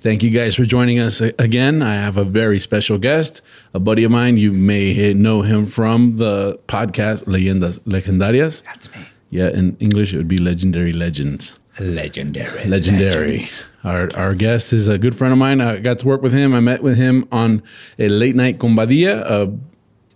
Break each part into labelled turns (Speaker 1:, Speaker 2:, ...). Speaker 1: thank you guys for joining us a- again. I have a very special guest, a buddy of mine. You may he- know him from the podcast Leyendas Legendarias.
Speaker 2: That's me.
Speaker 1: Yeah, in English, it would be Legendary Legends.
Speaker 2: Legendary.
Speaker 1: Legendary.
Speaker 2: legends.
Speaker 1: Our, our guest is a good friend of mine. I got to work with him. I met with him on a late night con Badilla. Uh,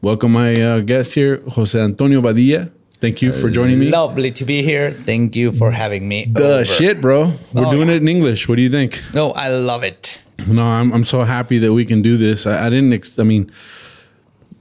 Speaker 1: welcome, my uh, guest here, Jose Antonio Badilla. Thank you for joining me.
Speaker 2: Lovely to be here. Thank you for having me.
Speaker 1: The
Speaker 2: over.
Speaker 1: shit, bro. We're
Speaker 2: Oh,
Speaker 1: doing
Speaker 2: yeah.
Speaker 1: it in English. What do you think?
Speaker 2: No, I love it.
Speaker 1: No, I'm, I'm so happy that we can do this. I, I didn't, ex- I mean,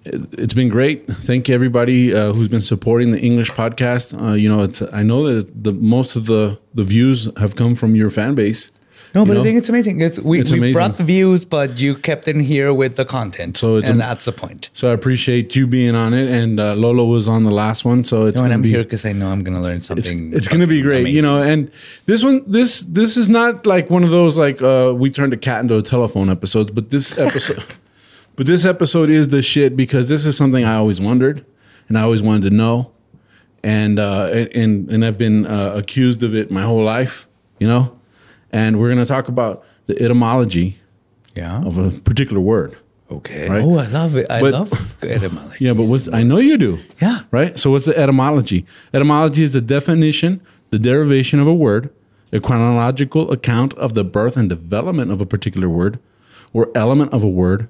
Speaker 1: it, it's been great. Thank you, everybody uh, who's been supporting the English podcast. Uh, you know, it's, I know that the most of the, the views have come from your fan base.
Speaker 2: No,
Speaker 1: you
Speaker 2: but
Speaker 1: know?
Speaker 2: I think it's amazing. It's we,
Speaker 1: It's
Speaker 2: we
Speaker 1: amazing.
Speaker 2: brought the views, but you kept in here with the content.
Speaker 1: So it's
Speaker 2: and
Speaker 1: am-
Speaker 2: that's the point.
Speaker 1: So I appreciate you being on it, and uh, Lolo was on the last one, so it's
Speaker 2: No, and
Speaker 1: gonna
Speaker 2: I'm
Speaker 1: be
Speaker 2: here because I know I'm gonna learn something.
Speaker 1: it's gonna be
Speaker 2: fucking
Speaker 1: great, you
Speaker 2: amazing.
Speaker 1: know. And this one, this this is not like one of those like uh, we turned a cat into a telephone episodes, but this episode, but this episode is the shit because this is something I always wondered, and I always wanted to know, and uh, and and I've been uh, accused of it my whole life, you know. And we're gonna talk about the etymology
Speaker 2: Yeah.
Speaker 1: of a particular word.
Speaker 2: Okay.
Speaker 1: Right?
Speaker 2: Oh, I love it. I
Speaker 1: Oh, But-
Speaker 2: love etymology.
Speaker 1: Yeah, but what's I know you do.
Speaker 2: Yeah.
Speaker 1: Right? So what's the etymology? Etymology is the definition, the derivation of a word, a chronological account of the birth and development of a particular word or element of a word,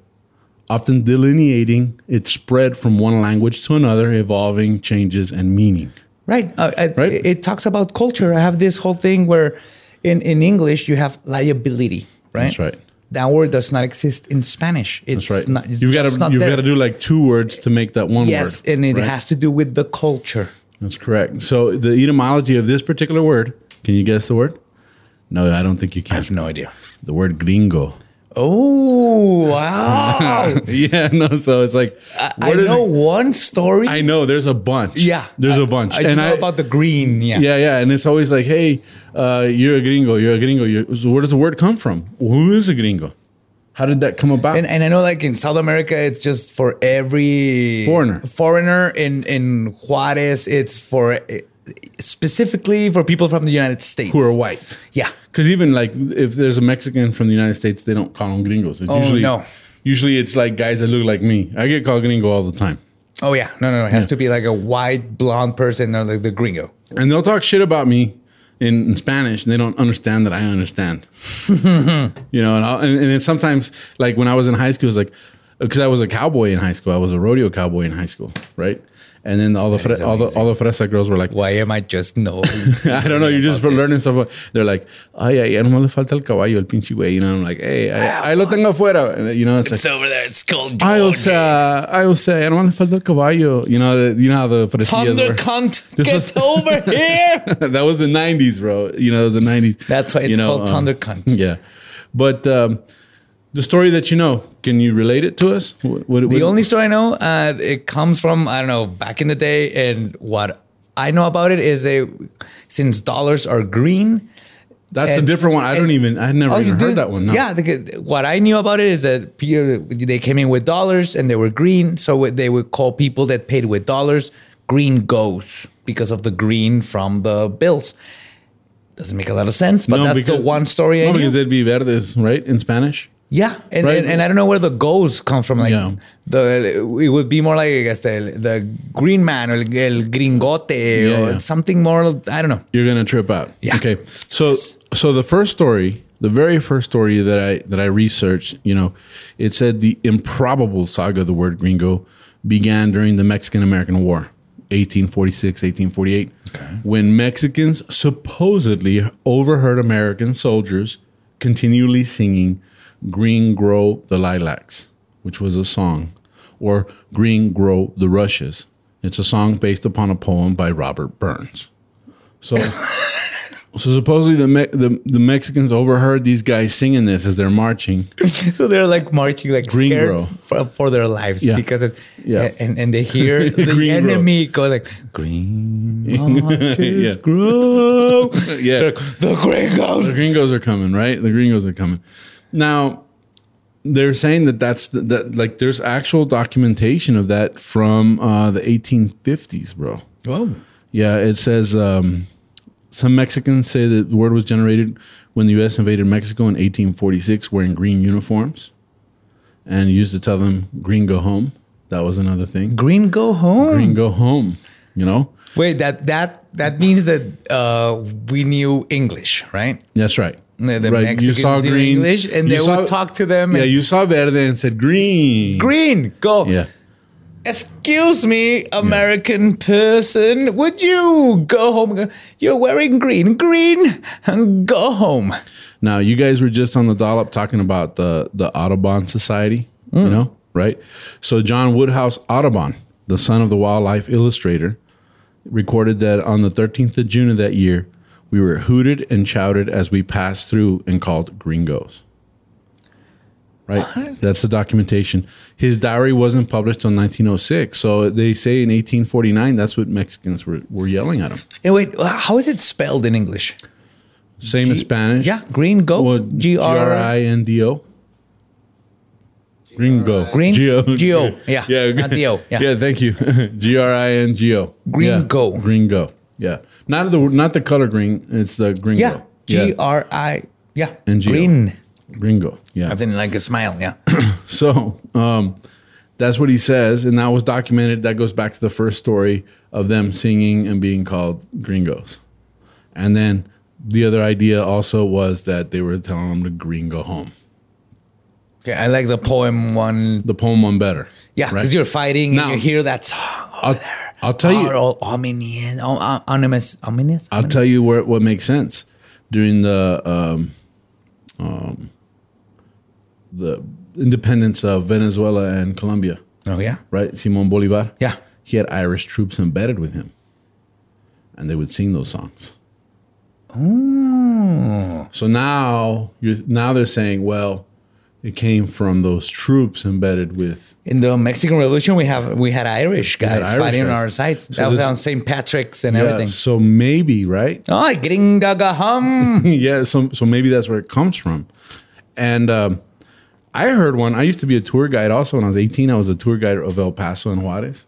Speaker 1: often delineating its spread from one language to another, evolving changes and meaning.
Speaker 2: Right. Uh, I,
Speaker 1: Right?
Speaker 2: It, it talks about culture. I have this whole thing where in, in English you have liability, right?
Speaker 1: That's right.
Speaker 2: That word does not exist in Spanish. It's
Speaker 1: That's right.
Speaker 2: Not, it's
Speaker 1: you've got
Speaker 2: just not
Speaker 1: to you've
Speaker 2: there.
Speaker 1: got to do like two words to make that one
Speaker 2: Yes,
Speaker 1: word.
Speaker 2: and it
Speaker 1: right?
Speaker 2: has to do with the culture.
Speaker 1: That's correct. So the etymology of this particular word, can you guess the word? No, I don't think you can.
Speaker 2: no idea.
Speaker 1: The word gringo.
Speaker 2: Oh wow!
Speaker 1: yeah, no. So it's like
Speaker 2: I
Speaker 1: what is
Speaker 2: know
Speaker 1: it?
Speaker 2: one story.
Speaker 1: I know there's a bunch.
Speaker 2: yeah,
Speaker 1: there's
Speaker 2: a
Speaker 1: a bunch.
Speaker 2: I,
Speaker 1: and
Speaker 2: know
Speaker 1: I
Speaker 2: about the green. Yeah.
Speaker 1: yeah, yeah, and it's always like, hey, uh, you're a gringo. You're a gringo. You're, so where does the word come from? Who is a gringo? How did that come about?
Speaker 2: And, and I know, like in South America, it's just for every
Speaker 1: Foreigner.
Speaker 2: Foreigner in in Juarez, it's for eh, specifically for people from the United States
Speaker 1: Who are white?
Speaker 2: Yeah,
Speaker 1: Because even like if there's a Mexican from the United States, they don't call them gringos. It's
Speaker 2: Oh,
Speaker 1: usually,
Speaker 2: no.
Speaker 1: Usually it's like guys that look like me. I get called gringo all the time.
Speaker 2: Oh yeah, no, no, no. It has to be like a white blonde person or like the gringo.
Speaker 1: and they'll talk shit about me in, in Spanish, and they don't understand that I understand. you know, and, I'll, and and then sometimes, like when I was in high school, it was like because I was a cowboy in high school, I was a rodeo cowboy in high school, right? And then all the fre-
Speaker 2: is
Speaker 1: all the
Speaker 2: amazing.
Speaker 1: all the fresa girls were like,
Speaker 2: Why am I just no?
Speaker 1: I don't know, you just for learning stuff. They're like, ay, ay, ya no le falta el caballo, el pinche güey. You know, I'm like, hey, I, I lo tengo afuera. And, you know, it's, like.
Speaker 2: It's over there. It's called
Speaker 1: I will say,
Speaker 2: Georgia.
Speaker 1: I will say, I don't want to falta el caballo. You know, the, you know how the fresillas
Speaker 2: Thunder
Speaker 1: were.
Speaker 2: cunt,
Speaker 1: This
Speaker 2: get
Speaker 1: was-
Speaker 2: over here.
Speaker 1: that was the '90s, bro. You know, it was the '90s.
Speaker 2: That's why it's
Speaker 1: You know,
Speaker 2: called
Speaker 1: um,
Speaker 2: Thunder cunt.
Speaker 1: Yeah, but um, the story that you know, can you relate it to us? What, what,
Speaker 2: The only story I know, uh, it comes from I don't know back in the day, and what I know about it is a since dollars are green.
Speaker 1: that's a
Speaker 2: and-
Speaker 1: different one. I don't
Speaker 2: and- Oh,
Speaker 1: even. I never
Speaker 2: you
Speaker 1: even heard
Speaker 2: did?
Speaker 1: that one. No.
Speaker 2: Yeah, they could- what I knew about it is that pe- they came in with dollars and they were green, so they would call people that paid with dollars green goes because of the green from the bills. Doesn't make a lot of sense, but that's the one story.
Speaker 1: No,
Speaker 2: I
Speaker 1: because
Speaker 2: knew.
Speaker 1: it'd be verdes, right, in Spanish.
Speaker 2: Yeah, and,
Speaker 1: Right.
Speaker 2: and and I don't know where the goes come from. Like
Speaker 1: Yeah.
Speaker 2: the it would be more like I guess the, the green man or el gringote or
Speaker 1: yeah.
Speaker 2: something more. I don't know.
Speaker 1: You're gonna trip out.
Speaker 2: Yeah.
Speaker 1: Okay. So, so the first story, the very first story that I that I researched, you know, it said the improbable saga of the word gringo began during the Mexican American War. 1846, 1848, when Mexicans supposedly overheard American soldiers continually singing Green Grow the Lilacs, which was a song, or Green Grow the Rushes. It's a song based upon a poem by Robert Burns. So So supposedly the, Me- the the Mexicans overheard these guys singing this as they're marching.
Speaker 2: so they're like marching like
Speaker 1: Green
Speaker 2: scared
Speaker 1: Grow.
Speaker 2: for, for their lives
Speaker 1: Yeah.
Speaker 2: because it,
Speaker 1: Yeah.
Speaker 2: and and they hear the
Speaker 1: Green Grow.
Speaker 2: enemy go like green marches
Speaker 1: Yeah.
Speaker 2: grow
Speaker 1: Uh, Yeah.
Speaker 2: They're like, the green
Speaker 1: The
Speaker 2: goes
Speaker 1: gringos are coming, right? The gringos are coming. Now, they're saying that that's the, that like there's actual documentation of that from uh, the 1850s, bro.
Speaker 2: oh
Speaker 1: Yeah, it says um, some Mexicans say that the word was generated when the U.S. invaded Mexico in 1846, wearing green uniforms, and used to tell them "green go home." That was another thing.
Speaker 2: green go home
Speaker 1: Green go home. You know,
Speaker 2: wait that that that means that uh we knew English right
Speaker 1: that's right.
Speaker 2: the, the
Speaker 1: right.
Speaker 2: Mexicans knew English and
Speaker 1: you
Speaker 2: they
Speaker 1: saw-
Speaker 2: would talk to them
Speaker 1: Yeah,
Speaker 2: and
Speaker 1: you saw verde and said green.
Speaker 2: green go
Speaker 1: Yeah.
Speaker 2: Excuse me, American person, would you go home? You're wearing green, green, and go home.
Speaker 1: Now you guys were just on the dollop talking about the the Audubon Society, you know, right? So John Woodhouse Audubon, the son of the wildlife illustrator, recorded that on the 13th of June of that year, we were hooted and shouted as we passed through and called gringos. Right? That's the documentation. His diary wasn't published until 1906. So they say in 1849 that's what Mexicans were, were yelling at him.
Speaker 2: And wait, how is it spelled in English?
Speaker 1: Same as Spanish.
Speaker 2: Yeah, green go.
Speaker 1: Well,
Speaker 2: G R.
Speaker 1: G-R-I-N-D-O. Gringo.
Speaker 2: Green?
Speaker 1: G-O.
Speaker 2: G-O. Yeah.
Speaker 1: Yeah.
Speaker 2: Not D-O. Yeah.
Speaker 1: thank you. G-R-I-N-G-O.
Speaker 2: Gringo.
Speaker 1: Yeah. Gringo. Yeah. Not the not the color green. It's the gringo.
Speaker 2: Yeah, G R I. Yeah,
Speaker 1: And G-O.
Speaker 2: green.
Speaker 1: Gringo. Yeah.
Speaker 2: As in like a smile. Yeah.
Speaker 1: So um, that's what he says, and that was documented. That goes back to the first story of them singing and being called gringos. And then the other idea also was that they were telling them to gringo home.
Speaker 2: okay, I like the poem one.
Speaker 1: The poem one better.
Speaker 2: Yeah, because you're fighting
Speaker 1: Now-
Speaker 2: and you hear that song. over
Speaker 1: I'll,
Speaker 2: there.
Speaker 1: I'll tell you.
Speaker 2: Are all ominous, o- o- ominous, ominous.
Speaker 1: I'll tell you where what makes sense during the um, um, the independence of Venezuela and Colombia,
Speaker 2: Oh yeah,
Speaker 1: right? Simon Bolivar.
Speaker 2: Yeah.
Speaker 1: he had Irish troops embedded with him, and they would sing those songs. Oh, so now you're now they're saying, well, it came from those troops embedded with
Speaker 2: In the Mexican Revolution, we have we had Irish guys
Speaker 1: Irish
Speaker 2: fighting on
Speaker 1: guys.
Speaker 2: our sides.
Speaker 1: So
Speaker 2: that was
Speaker 1: this-
Speaker 2: on St. Patrick's and
Speaker 1: Yeah,
Speaker 2: everything.
Speaker 1: so maybe right.
Speaker 2: Oh, gringa ga hum.
Speaker 1: yeah, so so maybe that's where it comes from. And um, I heard one. I used to be a tour guide also when I was 18. I was a tour guide of El Paso and Juarez.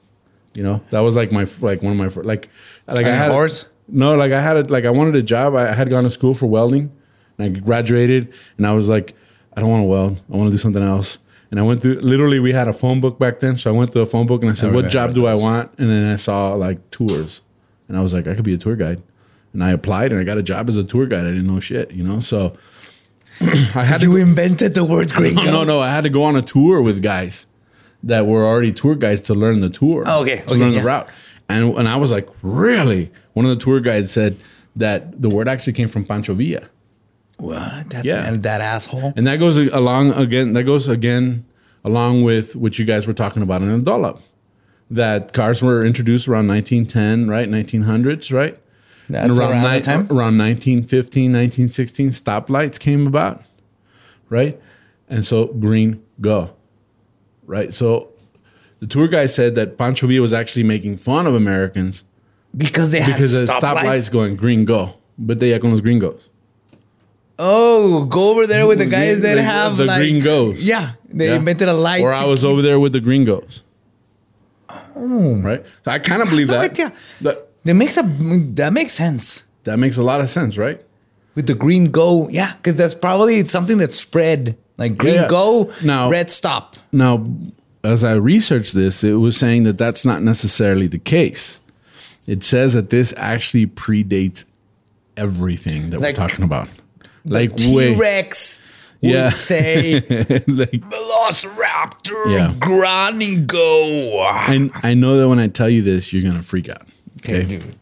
Speaker 1: You know, that was like my like one of my fir- like like I
Speaker 2: And
Speaker 1: had
Speaker 2: horse?
Speaker 1: no like I had a, like I wanted a job. I had gone to school for welding, and I graduated, and I was like, I don't want to weld. I want to do something else. And I went through literally we had a phone book back then, so I went through a phone book and I said,
Speaker 2: I
Speaker 1: "What
Speaker 2: remember
Speaker 1: job do I
Speaker 2: those.
Speaker 1: want?" And then I saw like tours, and I was like, "I could be a tour guide." And I applied and I got a job as a tour guide. I didn't know shit, you know. So I had to
Speaker 2: You invented the word gringo.
Speaker 1: no, no. I had to go on a tour with guys that were already tour guides to learn the tour.
Speaker 2: Oh, okay,
Speaker 1: to
Speaker 2: okay,
Speaker 1: learn
Speaker 2: yeah.
Speaker 1: the route. And and I was like, really? One of the tour guides said that the word actually came from Pancho Villa,
Speaker 2: What? That,
Speaker 1: Yeah.
Speaker 2: And that asshole.
Speaker 1: and that goes along again. That goes again along with what you guys were talking about in the dollop. That cars were introduced around 1910, right? 1900s, right?
Speaker 2: That's around,
Speaker 1: around,
Speaker 2: that time.
Speaker 1: ni- around 1915, 1916, stoplights came about, right? And so green go, right? So the tour guy said that Pancho Villa was actually making fun of Americans
Speaker 2: Because they had
Speaker 1: because the
Speaker 2: stoplights.
Speaker 1: stoplights going green go, but they are con los gringos.
Speaker 2: Oh, go over there with the guys that
Speaker 1: The-
Speaker 2: have
Speaker 1: the
Speaker 2: like,
Speaker 1: gringos.
Speaker 2: Yeah, they
Speaker 1: Yeah.
Speaker 2: invented a light.
Speaker 1: Or I was over there with the gringos. Right? So I kind of believe
Speaker 2: Oh. no
Speaker 1: that.
Speaker 2: idea.
Speaker 1: that.
Speaker 2: That makes a that makes sense
Speaker 1: That makes a lot of sense, right?
Speaker 2: with the green go. Yeah, because that's probably something that spread like green
Speaker 1: Yeah.
Speaker 2: go.
Speaker 1: Now-
Speaker 2: red stop.
Speaker 1: Now, as I researched this, it was saying that that's not necessarily the case. It says that this actually predates everything that
Speaker 2: Like-
Speaker 1: we're talking about. Like
Speaker 2: T
Speaker 1: way,
Speaker 2: Rex
Speaker 1: Yeah.
Speaker 2: would say
Speaker 1: like
Speaker 2: Velociraptor
Speaker 1: Yeah.
Speaker 2: Granny Go.
Speaker 1: I, I know that when I tell you this, you're gonna freak out. Okay,
Speaker 2: dude.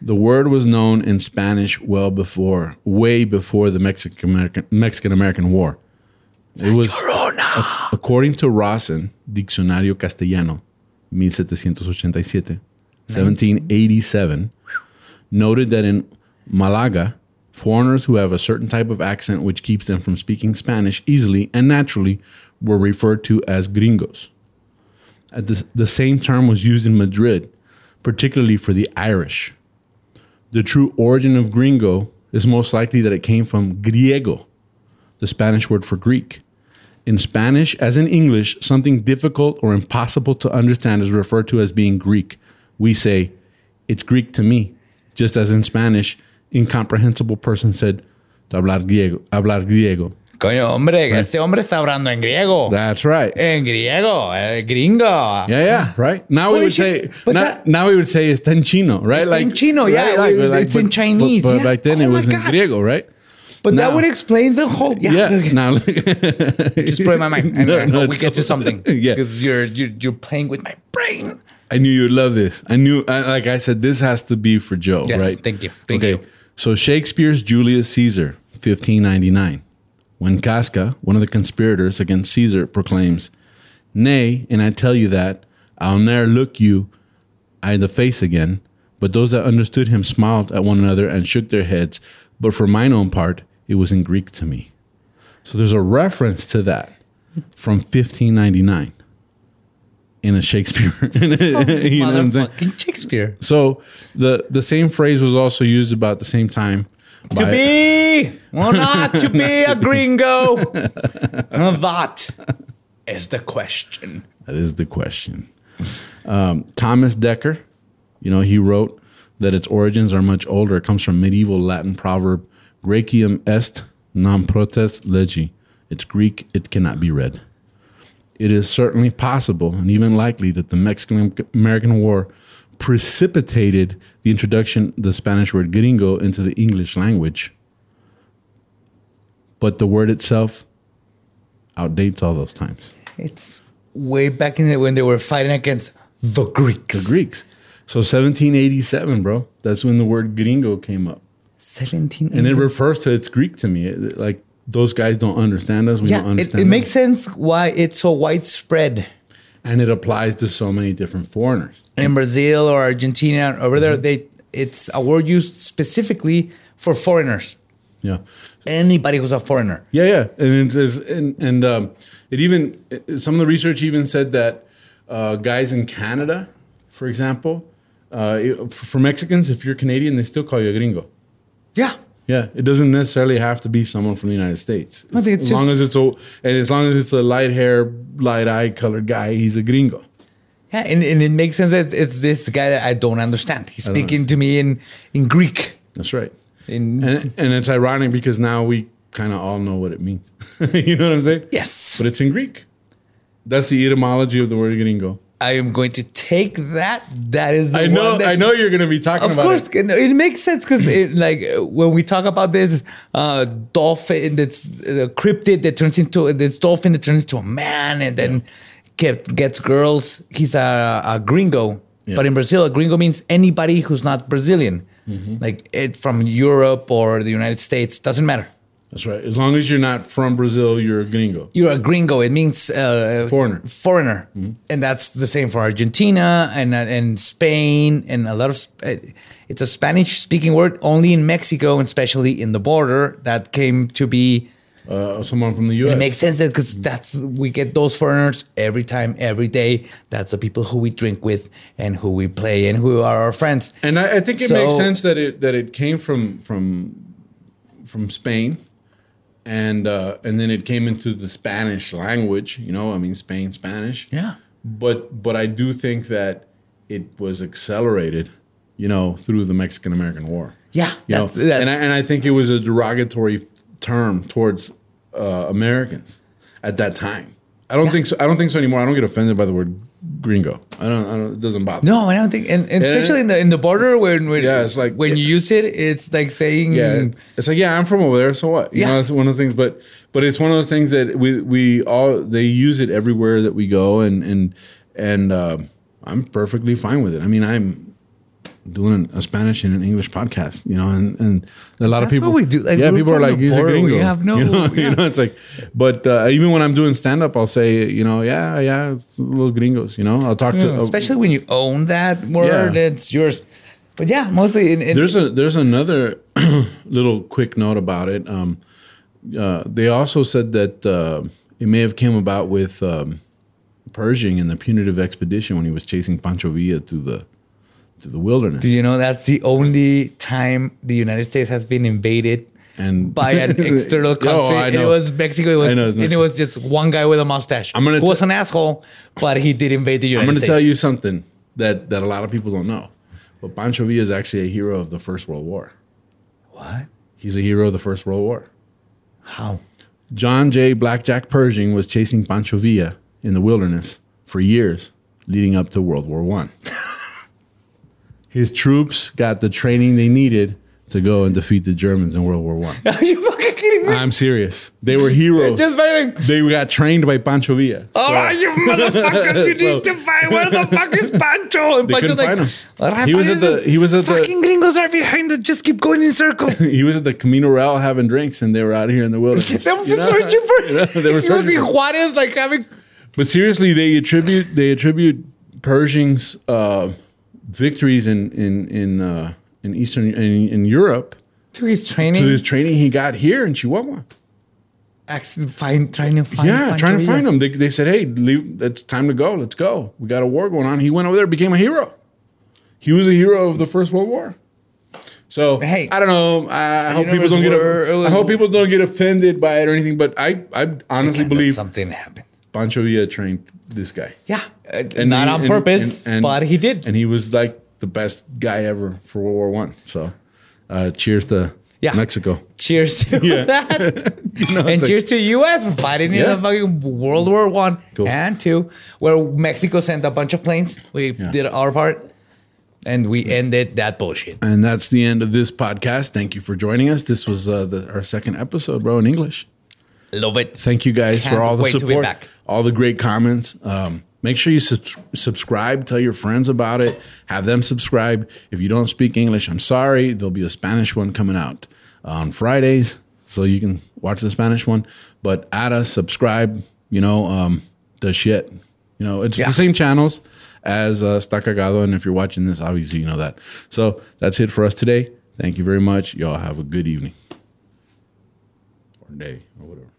Speaker 1: the word was known in Spanish well before, way before the Mexican American Mexican American War. It was
Speaker 2: Oh, Corona.
Speaker 1: According to Rosen, Diccionario Castellano, 1787, 1787, noted that in Malaga, Foreigners who have a certain type of accent which keeps them from speaking Spanish easily and naturally were referred to as gringos. At this, the same term was used in Madrid, particularly for the Irish. The true origin of gringo is most likely that it came from griego, the Spanish word for Greek. In Spanish, as in English, something difficult or impossible to understand is referred to as being Greek. We say, it's Greek to me, just as in Spanish, incomprehensible person said, "To hablar griego, hablar griego.
Speaker 2: Coño, hombre, este hombre está hablando en griego.
Speaker 1: That's right.
Speaker 2: en griego, eh, gringo.
Speaker 1: Yeah, yeah, right. Now we
Speaker 2: Holy
Speaker 1: would say,
Speaker 2: shit, but
Speaker 1: now,
Speaker 2: that-
Speaker 1: now we would say it's in Chino, right?
Speaker 2: Está en chino, yeah,
Speaker 1: right,
Speaker 2: we- it's in Chinese,
Speaker 1: But,
Speaker 2: yeah.
Speaker 1: back then
Speaker 2: Oh
Speaker 1: it
Speaker 2: my
Speaker 1: was in
Speaker 2: God.
Speaker 1: Griego, right?
Speaker 2: But
Speaker 1: No.
Speaker 2: that would explain the whole. Yeah.
Speaker 1: Yeah.
Speaker 2: okay.
Speaker 1: Now just
Speaker 2: Just play my mind. And I hope we get to something.
Speaker 1: yeah.
Speaker 2: Because you're, you're, you're playing with my brain.
Speaker 1: I knew you'd love this. I knew, I, like I said, this has to be for Joe,
Speaker 2: Yes,
Speaker 1: right?
Speaker 2: thank you, thank you.
Speaker 1: So Shakespeare's Julius Caesar, 1599. When Casca, one of the conspirators against Caesar, proclaims, Nay, and I tell you that, I'll ne'er look you eye in the face again. But those that understood him smiled at one another and shook their heads. But for mine own part, it was in Greek to me. So there's a reference to that from 1599 in a Shakespeare. you know what I'm saying?
Speaker 2: Motherfucking Shakespeare.
Speaker 1: So the the same phrase was also used about the same time.
Speaker 2: To
Speaker 1: by-
Speaker 2: be or not to be a gringo? that is the question.
Speaker 1: That is the question. Um, Thomas Decker, you know, he wrote that its origins are much older. It comes from medieval Latin proverb "Graecium est non protest legi." It's Greek; it cannot be read. It is certainly possible and even likely that the Mexican American War precipitated the introduction of the Spanish word gringo into the English language. But the word itself outdates all those times.
Speaker 2: It's way back in the, when they were fighting against the Greeks.
Speaker 1: Greeks. So 1787, bro. That's when the word gringo came up.
Speaker 2: 17.
Speaker 1: And it refers to it's Greek to me. It- like those guys don't understand us. We don't
Speaker 2: yeah, it,
Speaker 1: understand
Speaker 2: it
Speaker 1: them.
Speaker 2: makes sense why it's so widespread.
Speaker 1: and it applies to so many different foreigners.
Speaker 2: In Brazil or Argentina, over there, they it's a word used specifically for foreigners.
Speaker 1: Yeah.
Speaker 2: Anybody who's a foreigner.
Speaker 1: Yeah, yeah. And it's, it's and, and um, it even it- some of the research even said that uh, guys in Canada, for example, uh, it- for Mexicans, if you're Canadian, they still call you a gringo.
Speaker 2: Yeah.
Speaker 1: Yeah, it doesn't necessarily have to be someone from the United States.
Speaker 2: I think
Speaker 1: as
Speaker 2: it's
Speaker 1: long as
Speaker 2: just-
Speaker 1: it's a and as long as it's a light hair, light eye colored guy, he's a gringo.
Speaker 2: Yeah, and, and it makes sense that it's this guy that I don't understand. He's speaking to me in, in Greek.
Speaker 1: That's right.
Speaker 2: In,
Speaker 1: And and it's ironic because now we kind of all know what it means. you know what I'm saying?
Speaker 2: yes.
Speaker 1: But it's in Greek. That's the etymology of the word gringo.
Speaker 2: I am going to take that. That is the
Speaker 1: I know.
Speaker 2: one that,
Speaker 1: I know you're going to be talking
Speaker 2: Of
Speaker 1: about
Speaker 2: course,
Speaker 1: it.
Speaker 2: it. it makes sense because, like, uh, when we talk about this uh, dolphin that's uh, cryptid that turns into this dolphin that turns into a man and then kept, gets girls, he's a, a gringo.
Speaker 1: Yeah.
Speaker 2: But in Brazil, a gringo means anybody who's not Brazilian,
Speaker 1: Mm-hmm.
Speaker 2: like it from Europe or the United States, doesn't matter.
Speaker 1: That's right. As long as you're not from Brazil, you're a gringo.
Speaker 2: You're a gringo. It means uh,
Speaker 1: Foreigner. Mm-hmm.
Speaker 2: Foreigner, and that's the same for Argentina and uh, and Spain and a lot of. Sp- uh, It's a Spanish-speaking word only in Mexico, and especially in the border. That came to be.
Speaker 1: Uh, someone from the U.S.
Speaker 2: It makes sense that because that's we get those foreigners every time, every day. That's the people who we drink with and who we play and who are our friends.
Speaker 1: And I, I think it
Speaker 2: So-
Speaker 1: makes sense that it that it came from from from Spain, and uh, and then it came into the Spanish language. You know, I mean, Spain Spanish.
Speaker 2: Yeah.
Speaker 1: But but I do think that it was accelerated, you know, through the Mexican American War.
Speaker 2: Yeah,
Speaker 1: You know,
Speaker 2: that's- that-
Speaker 1: and I, and I think it was a derogatory term towards uh, Americans at that time. I don't think so. I don't think so anymore. I don't get offended by the word gringo. I don't. I don't it doesn't bother. me.
Speaker 2: No, I don't think, and, and especially in the in the border when, when
Speaker 1: Yeah, it's like-
Speaker 2: when you use it, it's like saying
Speaker 1: Yeah, it's like yeah, I'm from over there, so what? You
Speaker 2: Yeah.
Speaker 1: know, that's one of the things. But but it's one of those things that we we all they use it everywhere that we go, and and and uh, I'm perfectly fine with it. I mean, I'm doing a Spanish and an English podcast, you know, and and a lot of
Speaker 2: That's
Speaker 1: people
Speaker 2: what we do. Like,
Speaker 1: yeah,
Speaker 2: we're
Speaker 1: people are
Speaker 2: from
Speaker 1: like,
Speaker 2: the
Speaker 1: "He's a
Speaker 2: border. We
Speaker 1: gringo."
Speaker 2: have no-
Speaker 1: you know, you
Speaker 2: yeah.
Speaker 1: know, it's like, but uh, even when I'm doing stand up, I'll say, you know, yeah, yeah, it's little gringos, you know, I'll talk to
Speaker 2: especially when you own that word
Speaker 1: Oh. Yeah.
Speaker 2: it's yours But yeah, mostly in, in
Speaker 1: There's a there's another little quick note about it. Um, uh, they also said that uh, it may have came about with um, Pershing in the punitive expedition when he was chasing Pancho Villa through the through the wilderness.
Speaker 2: Do you know that's the only time the United States has been invaded
Speaker 1: And-
Speaker 2: by an external
Speaker 1: Oh,
Speaker 2: country?
Speaker 1: I
Speaker 2: and it
Speaker 1: know.
Speaker 2: was Mexico. It was,
Speaker 1: I know, it's
Speaker 2: and it
Speaker 1: Mexico.
Speaker 2: was just one guy with a mustache.
Speaker 1: I'm gonna
Speaker 2: who was
Speaker 1: t-
Speaker 2: an asshole, but he did invade the United
Speaker 1: I'm going to
Speaker 2: States.
Speaker 1: tell you something that that a lot of people don't know, but Pancho Villa is actually a hero of the First World War.
Speaker 2: what?
Speaker 1: He's a hero of the First World War.
Speaker 2: How?
Speaker 1: John J. Blackjack Pershing was chasing Pancho Villa in the wilderness for years leading up to World War One. His troops got the training they needed to go and defeat the Germans in World War One.
Speaker 2: Are you fucking kidding me?
Speaker 1: I'm serious. They were heroes.
Speaker 2: Just fighting.
Speaker 1: they got trained by Pancho Villa.
Speaker 2: All right, Oh, you motherfuckers, you
Speaker 1: So-
Speaker 2: need to find where the fuck is Pancho? And
Speaker 1: They
Speaker 2: Pancho's
Speaker 1: couldn't
Speaker 2: like,
Speaker 1: find him.
Speaker 2: "All right,
Speaker 1: He was at the-
Speaker 2: buddy,
Speaker 1: he was at the-
Speaker 2: fucking gringos are behind us. Just keep going in circles.
Speaker 1: he was at the Camino Real having drinks, and they were out here in the wilderness.
Speaker 2: They were
Speaker 1: you know?
Speaker 2: searching for.
Speaker 1: You know, they were
Speaker 2: He was
Speaker 1: searching
Speaker 2: in
Speaker 1: for-
Speaker 2: Juarez, like having
Speaker 1: But seriously, they attribute they attribute Pershing's uh, victories in in in uh, in Eastern in, in Europe
Speaker 2: to his
Speaker 1: to
Speaker 2: training.
Speaker 1: this training he got here in Chihuahua.
Speaker 2: Acc- find trying to find
Speaker 1: Yeah,
Speaker 2: Pancho
Speaker 1: trying to
Speaker 2: Villa.
Speaker 1: find him. They, they said, "Hey, leave, it's time to go. Let's go. We got a war going on." He went over there, became a hero. He was a hero of the First World War. So
Speaker 2: Hey.
Speaker 1: I don't know. I hope people
Speaker 2: Universe
Speaker 1: don't get.
Speaker 2: were-
Speaker 1: I hope people don't get offended by it or anything. But I, I honestly
Speaker 2: Yeah, that
Speaker 1: believe
Speaker 2: something happened.
Speaker 1: Pancho Villa trained this guy.
Speaker 2: Yeah, uh,
Speaker 1: And
Speaker 2: not
Speaker 1: he-
Speaker 2: on
Speaker 1: and-
Speaker 2: purpose,
Speaker 1: and- and-
Speaker 2: but he did.
Speaker 1: and he was like the best guy ever for World War One. So, uh, cheers to
Speaker 2: Yeah.
Speaker 1: Mexico.
Speaker 2: cheers to
Speaker 1: Yeah.
Speaker 2: that, and
Speaker 1: it's like-
Speaker 2: cheers to U.S. for fighting
Speaker 1: Yeah.
Speaker 2: in the fucking World War One
Speaker 1: Cool.
Speaker 2: and two, where Mexico sent a bunch of planes. We did our part, and we ended that bullshit.
Speaker 1: And that's the end of this podcast. Thank you for joining us. This was uh, the, our second episode, bro, in English.
Speaker 2: Love it.
Speaker 1: Thank you guys for
Speaker 2: Can't
Speaker 1: all the
Speaker 2: wait to be
Speaker 1: support,
Speaker 2: back.
Speaker 1: all the great comments. Um, make sure you subs- subscribe. Tell your friends about it. Have them subscribe. If you don't speak English, I'm sorry. There'll be a Spanish one coming out on Fridays, so you can watch the Spanish one. But add us, subscribe. You know um, the shit. You know it's
Speaker 2: Yeah.
Speaker 1: the same channels as uh, Está Cagado, and if you're watching this, obviously you know that. So that's it for us today. Thank you very much. Y'all have a good evening or day or whatever.